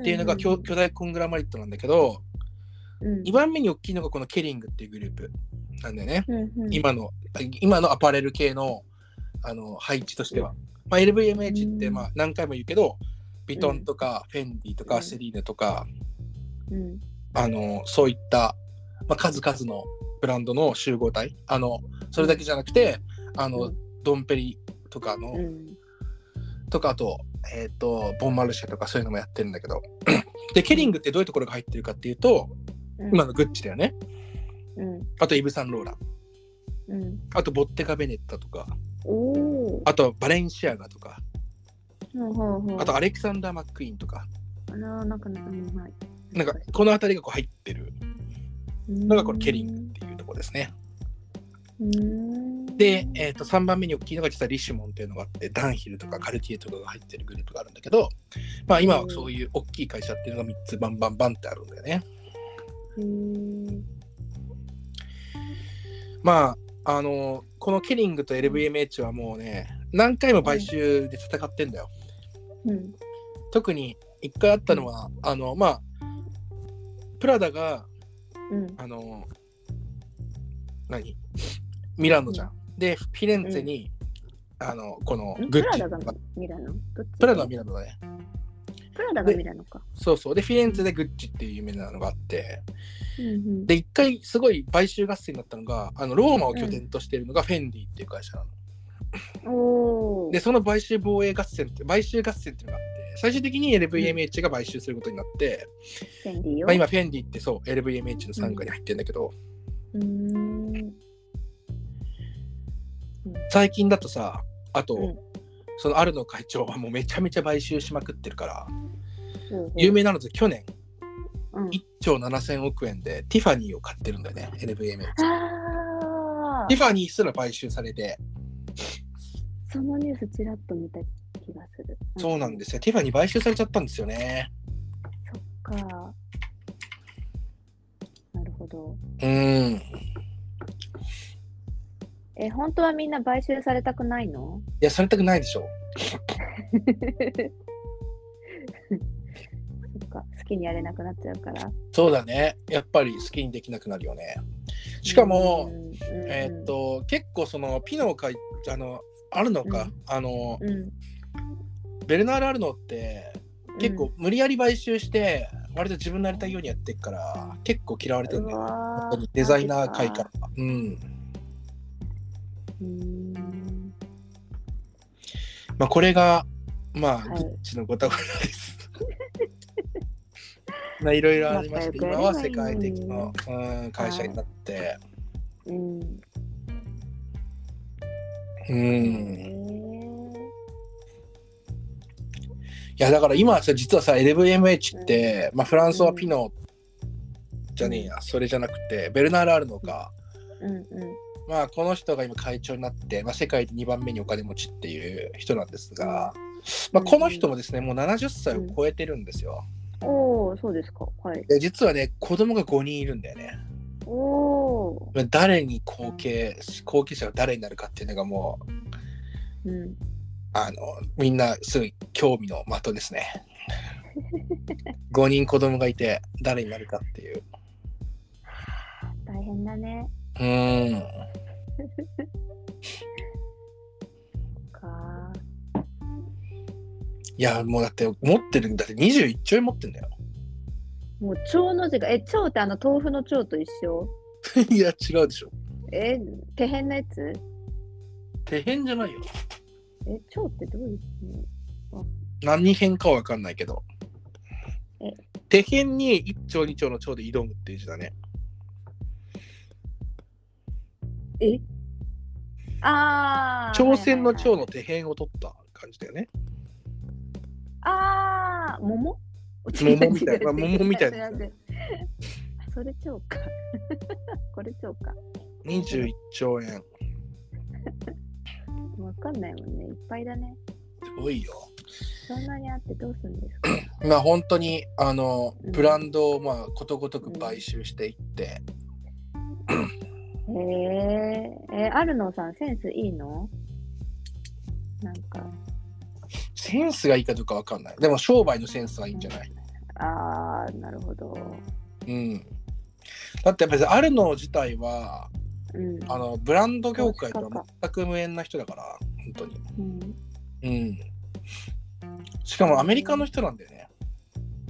Speaker 1: っていうのが巨,、巨大コングラマリットなんだけど、
Speaker 2: うん
Speaker 1: 2番目に大きいのがこのケリングっていうグループなんだよね。
Speaker 2: うんうん
Speaker 1: 今の、今のアパレル系のあの配置としては。まあ、LVMH って
Speaker 2: うん
Speaker 1: まあ何回も言うけど、ビトンとかフェンディと
Speaker 2: う
Speaker 1: か
Speaker 2: ん
Speaker 1: セリーヌとか、
Speaker 2: うん
Speaker 1: あのそういった、まあ、数々のブランドの集合体あのそれだけじゃなくてあの、
Speaker 2: うん
Speaker 1: ドンペリとかの、
Speaker 2: うん
Speaker 1: とかあと,、えー、とボンマルシェとかそういうのもやってるんだけど [CLEARS THROAT] でケリングってどういうところが入ってるかっていうと
Speaker 2: うん
Speaker 1: 今のグッチだよね
Speaker 2: うん
Speaker 1: あとイブ・サンローラン
Speaker 2: うん
Speaker 1: あとボッテガ・ベネッタとか
Speaker 2: おお
Speaker 1: あとバレンシアガとかあ
Speaker 2: あ
Speaker 1: とアレクサンダー・マック・イーンとか
Speaker 2: あーなんかうんはい
Speaker 1: なんかこの辺りがこう入ってるの
Speaker 2: な
Speaker 1: がこのケリングっていうところですね。
Speaker 2: うん
Speaker 1: で、えー、と3番目に大きいのが実はリシュモンっていうのがあってダンヒルとかカルティエとかが入ってるグループがあるんだけど、まあ、今はそういう大きい会社っていうのが3つバンバンバンってあるんだよね。
Speaker 2: うん
Speaker 1: まああのこのケリングと LVMH はもうね何回も買収で戦ってんだよ。
Speaker 2: うん
Speaker 1: 特に1回あったのはあのまあプラダが
Speaker 2: うん
Speaker 1: あの何ミラノじゃん。でフィレンツェに、あのこのグ
Speaker 2: んプ
Speaker 1: ッ
Speaker 2: ラ
Speaker 1: チ
Speaker 2: ダがミラノどっち
Speaker 1: プラダはミラノだね。
Speaker 2: プラダがミラノか
Speaker 1: そうそう。で、フィレンツェでグッチっていう有名なのがあって、
Speaker 2: うんうん
Speaker 1: で、一回すごい買収合戦になったのが、あのローマを拠点としているのがフェンディっていう会社なの。
Speaker 2: おお
Speaker 1: で、その買収防衛合戦って、買収合戦っていうのがあって、最終的に LVMH が買収することになって、
Speaker 2: フェンディよ
Speaker 1: まあ、今、フェンディってそう、LVMH の傘下に入ってるんだけど、
Speaker 2: うーん
Speaker 1: 最近だとさ、あと、
Speaker 2: うん
Speaker 1: そのアルノ会長はもうめちゃめちゃ買収しまくってるから、
Speaker 2: ほうほう
Speaker 1: 有名なので去年、
Speaker 2: うん
Speaker 1: 1兆7000億円でティファニーを買ってるんだよね、LVMH。
Speaker 2: あ
Speaker 1: ティ
Speaker 2: ー
Speaker 1: ファニーすら買収されて、
Speaker 2: そのニュースちらっと見た気がする
Speaker 1: そうなんですすよ。ティファニー買収されちゃったんですよね。
Speaker 2: かなるほど
Speaker 1: うん。い
Speaker 2: え本当はみんな買収されたくないの
Speaker 1: や、されたくないでしょ。
Speaker 2: そっか好きにやれなくなっちゃうから
Speaker 1: そうだね。やっぱり好きにできなくなるよね。しかも、
Speaker 2: うんうんうん
Speaker 1: えーっと、結構そのピノを書いあの、あるのか、
Speaker 2: うん
Speaker 1: あの、
Speaker 2: うん
Speaker 1: ベルナール・アルノって、結構無理やり買収して、割と自分のやりたいようにやってっから、結構嫌われてるね
Speaker 2: う。わ
Speaker 1: 本当にデザイナー界から。うん。
Speaker 2: うん
Speaker 1: まあ、これが、まあ、
Speaker 2: い
Speaker 1: グッチのごたごた [LAUGHS] です。まあ、いろいろありまして、今
Speaker 2: 仲良く
Speaker 1: は
Speaker 2: や
Speaker 1: 世
Speaker 2: れば
Speaker 1: 界
Speaker 2: いいのに
Speaker 1: 的なうん会社になって、
Speaker 2: うん
Speaker 1: う。
Speaker 2: うん
Speaker 1: い
Speaker 2: ん
Speaker 1: や、だから今さ、実はさ、LVMH って、まあ、フランスはピノじゃねえや、それじゃなくて、ベルナール・アルノか、
Speaker 2: うん
Speaker 1: まあ、この人が今会長になって、まあ、世界で2番目にお金持ちっていう人なんですが、まあ、この人もですね、もう70歳を超えてるんですよ。
Speaker 2: おおそうですかはい
Speaker 1: で、実はね、子供が5人いるんだよね。
Speaker 2: おお
Speaker 1: 誰に後継後継者が誰になるかっていうのがもう
Speaker 2: ーうん
Speaker 1: あのみんなすごい興味の的です [LAUGHS] ね5人子供がいて誰になるかっていう
Speaker 2: 大変だね
Speaker 1: うーん
Speaker 2: か
Speaker 1: いやもうだって持ってるんだって21兆円持ってんだよ [LAUGHS]
Speaker 2: もう蝶の字がえ蝶ってあの豆腐の蝶と一緒
Speaker 1: いや違うでしょ
Speaker 2: え手辺のやつ
Speaker 1: 手変じゃないよ
Speaker 2: え蝶ってどういう
Speaker 1: 何変かは分かんないけど
Speaker 2: え
Speaker 1: 手変に1兆2兆の兆で挑むっていう字だね
Speaker 2: えああ
Speaker 1: 朝鮮の兆の手変を取った感じだよね
Speaker 2: ああ、桃
Speaker 1: 桃みたいな
Speaker 2: 違う違う
Speaker 1: 桃みたいな
Speaker 2: 違う違う [LAUGHS] それ超か。 [LAUGHS] これ超か。
Speaker 1: 21兆円
Speaker 2: わかんないもんね。いっぱいだね。
Speaker 1: すごいよ
Speaker 2: そんなにあってどうすんですか
Speaker 1: まあ本当にあの
Speaker 2: うん
Speaker 1: ブランドをまあことごとく買収していって、
Speaker 2: へええ、あるのさん、センスいいのなんか、
Speaker 1: センスがいいかどうかわかんないでも商売のセンスがいいんじゃない
Speaker 2: ああ、なるほど。
Speaker 1: うんだって別にあるの自体は
Speaker 2: うん。
Speaker 1: あのブランド業界とは全く無縁な人だから本当に
Speaker 2: うん、
Speaker 1: うんしかもアメリカの人なんだよね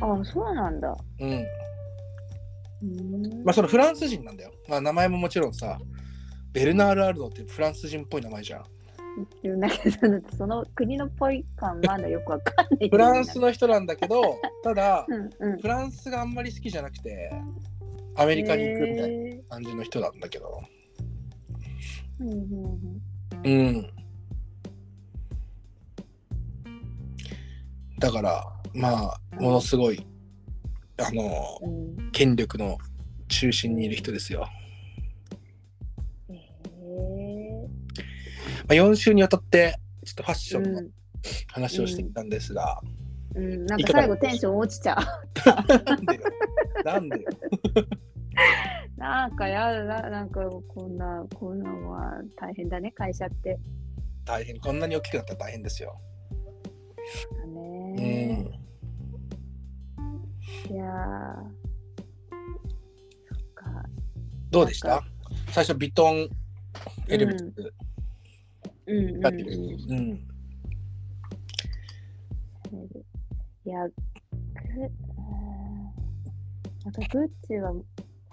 Speaker 2: あ、そうなんだ。
Speaker 1: うん
Speaker 2: うん
Speaker 1: まあそのフランス人なんだよ、まあ、名前ももちろんさベルナール・アルドってフランス人っぽい名前じゃん
Speaker 2: でもなんかそのその国のぽい感まだよくわかんない。
Speaker 1: フランスの人なんだけ
Speaker 2: [LAUGHS]
Speaker 1: どただ
Speaker 2: うんうん。
Speaker 1: フランスがあんまり好きじゃなくてアメリカに行くみたいな
Speaker 2: へー
Speaker 1: 感じの人なんだけど
Speaker 2: うんうんうん
Speaker 1: うんだからまあものすごいあの
Speaker 2: うん
Speaker 1: 権力の中心にいる人ですよ、
Speaker 2: へえ
Speaker 1: まあ、4週にわたってちょっとファッショ
Speaker 2: う
Speaker 1: ンの
Speaker 2: ん
Speaker 1: 話をしてきたんですが、
Speaker 2: うん、なんか最後テンション落ちちゃう。
Speaker 1: なん [LAUGHS] でよなんでよ
Speaker 2: なんかやだな、なんかこんな、こんなんは大変だね、会社って。
Speaker 1: 大変こんなに大きくなったら大変ですよ、
Speaker 2: だ
Speaker 1: う
Speaker 2: ね、
Speaker 1: ん、
Speaker 2: いやーそっか。
Speaker 1: どうでし
Speaker 2: なん
Speaker 1: た最初ビトンエルメス、
Speaker 2: うんうん
Speaker 1: や
Speaker 2: う
Speaker 1: ってる
Speaker 2: ん、
Speaker 1: うん
Speaker 2: いや、グうーんなんかグッチは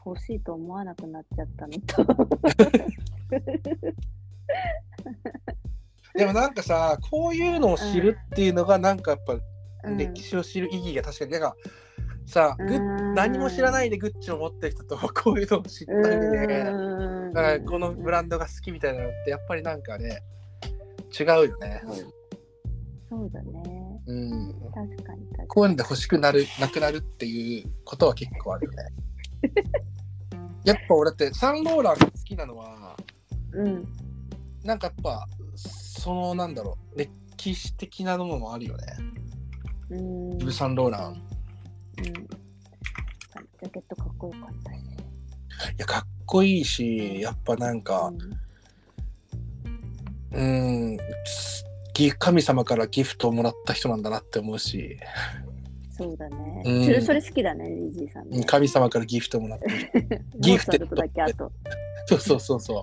Speaker 2: 欲しいと思わなくなっちゃったのと。
Speaker 1: でもなんかさこういうのを知るっていうのがなんかやっぱ歴
Speaker 2: 史
Speaker 1: 史を知る意義が確かになんかさ、グッ何も知らないでグッチを持ってる人と [LAUGHS] こういうのを知ったりねだからこのブラ
Speaker 2: ン
Speaker 1: ンドが好きみたいなのってやっぱりなんかね違うよね、
Speaker 2: そうだね。
Speaker 1: うん、
Speaker 2: 確かに確かに。
Speaker 1: こういうので欲しくなるなくなるっていうことは結構あるよねやっぱ俺だってサンローランが好きなのは
Speaker 2: うん。
Speaker 1: なんかやっぱそのなんだろう歴史的なものもあるよね
Speaker 2: うん。
Speaker 1: イブ・サンローラン
Speaker 2: うんジャケットかっこよかったし。
Speaker 1: いやかっこいいしやっぱなんかうんぎ神様からギフトをもらった人なんだなって思うし
Speaker 2: そうだね。
Speaker 1: うん
Speaker 2: それそれ好きだね、リジーさんね。
Speaker 1: 神様からギフトをもらった人ギフテッド
Speaker 2: モーツァルトだけあと。
Speaker 1: そうそうそうそ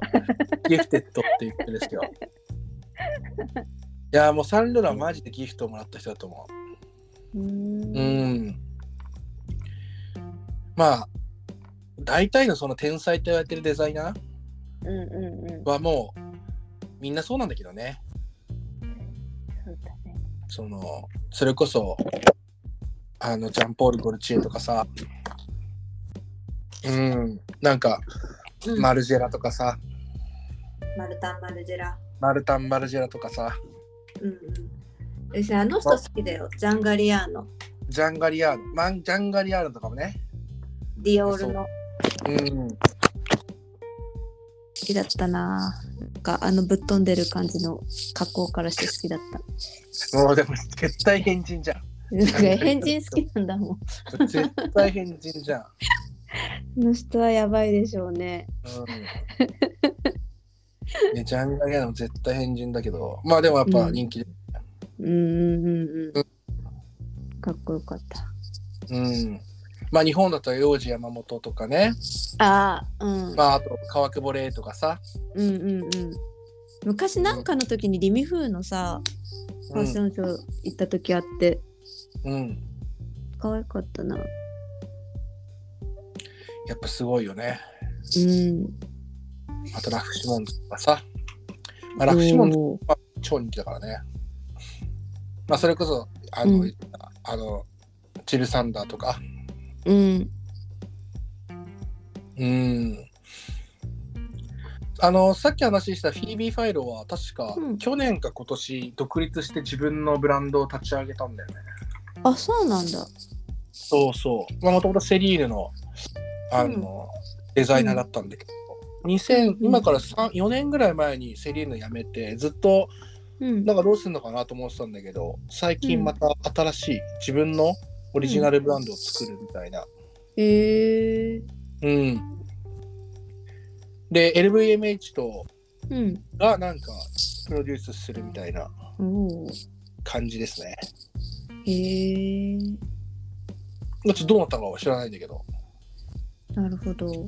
Speaker 1: うギフテッドって言ってるんですけどいやもうサンローランマジでギフトをもらった人だと思
Speaker 2: うー。
Speaker 1: ううんんまあ大体のその天才と言われてるデザイナー
Speaker 2: うんうんうん。
Speaker 1: はもうみんなそうなんだけどね
Speaker 2: そうだね。
Speaker 1: そのそれこそあのジャンポール・ゴルチエとかさうんなんか
Speaker 3: うん
Speaker 1: マルジェラとかさ
Speaker 3: マルタンマルジェラ。
Speaker 1: マルタン・マルジェラとかさ
Speaker 3: うんうん。私あの人好きだよ。ジャンガリアーノ。
Speaker 1: ジャンガリアーノマンジャンガリアーノとかもね
Speaker 3: ディオールの好
Speaker 1: うん
Speaker 3: きだったな。なんかあのぶっ飛んでる感じの加工からして好きだ [LAUGHS] った。
Speaker 1: もうでも絶対変人じゃ
Speaker 3: なんか変人好きなんだもん。
Speaker 1: ん絶対変人じゃん、
Speaker 3: あの人はやばいでしょうね。
Speaker 1: うんね、ジャンガリアーノも絶対変人だけどまあでもやっぱ人気で
Speaker 3: うんうんうんうん。かっこよかった。
Speaker 1: うん、まあ日本だと幼児山本とかね
Speaker 3: ああ、うん。
Speaker 1: まああと川久保玲とかさ、
Speaker 3: うんうんうん。昔なんかの時にリミフーのさ、ファ
Speaker 1: う
Speaker 3: ッショ
Speaker 1: ん
Speaker 3: ンショー行った時あって、
Speaker 1: うん、
Speaker 3: 可愛かったな。
Speaker 1: やっぱすごいよね
Speaker 3: うん。
Speaker 1: あとラフシモンズとかさ、まあ、ラフシモンズ
Speaker 3: おー
Speaker 1: 超人気だからねまあそれこそあの、
Speaker 3: うん
Speaker 1: あのジルサンダーとか
Speaker 3: うん。
Speaker 1: うんあのさっき話したフィービー・ファイロは確か、
Speaker 3: うん
Speaker 1: 去年か今年独立して自分のブランドを立ち上げたんだよね
Speaker 3: あ、そうなんだ。
Speaker 1: そうそうまあもともとセリーヌのあの、デザイナーだったんだけど、2000今から3 4年ぐらい前にセリーヌ辞めてずっと
Speaker 3: うん。
Speaker 1: なんかどうするのかなと思ってたんだけど最近また新しい自分のオリジナルブランドを作るみたいな。
Speaker 3: へえ。
Speaker 1: うん、で LVMH と
Speaker 3: うん。
Speaker 1: がなんかプロデュースするみたいな
Speaker 3: おお。
Speaker 1: 感じですね。
Speaker 3: へえ。
Speaker 1: ちょっとどうなったかは知らないんだけど。
Speaker 2: なるほど。
Speaker 1: うん。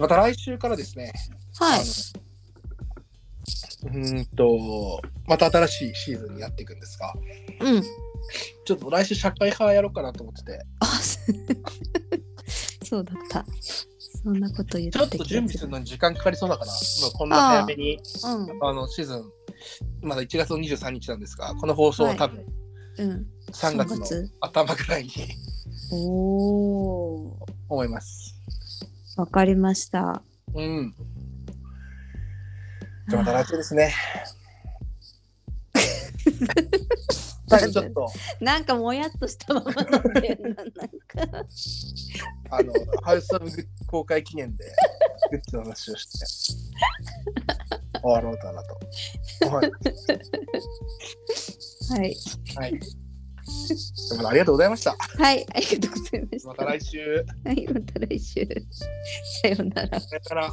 Speaker 1: また来週からですね、
Speaker 2: はい。
Speaker 1: あのうーんと、また新しいシーズンになっていくんですが、
Speaker 2: うん。
Speaker 1: ちょっと来週社会派やろうかなと思ってて、
Speaker 2: あ、すそうだった。そんなこと言って
Speaker 1: ちょっと準備する
Speaker 2: る。
Speaker 1: のに時間かかりそうだから、まあ、こんな早めに、
Speaker 2: うん。
Speaker 1: あの、シーズン、まだ1月の23日なんですが、この放送は多分
Speaker 2: うん。
Speaker 1: 3月の頭ぐらいに
Speaker 2: おー。
Speaker 1: 思います。
Speaker 2: わかりました。
Speaker 1: うん。じゃあまた来週です [LAUGHS] ね。最後ちょっと。
Speaker 2: なんかもやっとしたままだったよなな
Speaker 1: [LAUGHS]
Speaker 2: んか。
Speaker 1: あの、ハウスアム公開記念で、グッズの話をして、終わろうかなと。 [LAUGHS] はい。
Speaker 2: はい。
Speaker 1: [LAUGHS] はい、でもありがとうございました。
Speaker 2: はい。ありがとうございました。
Speaker 1: また来週。
Speaker 2: はい。また来週。さようなら。
Speaker 1: さよなら。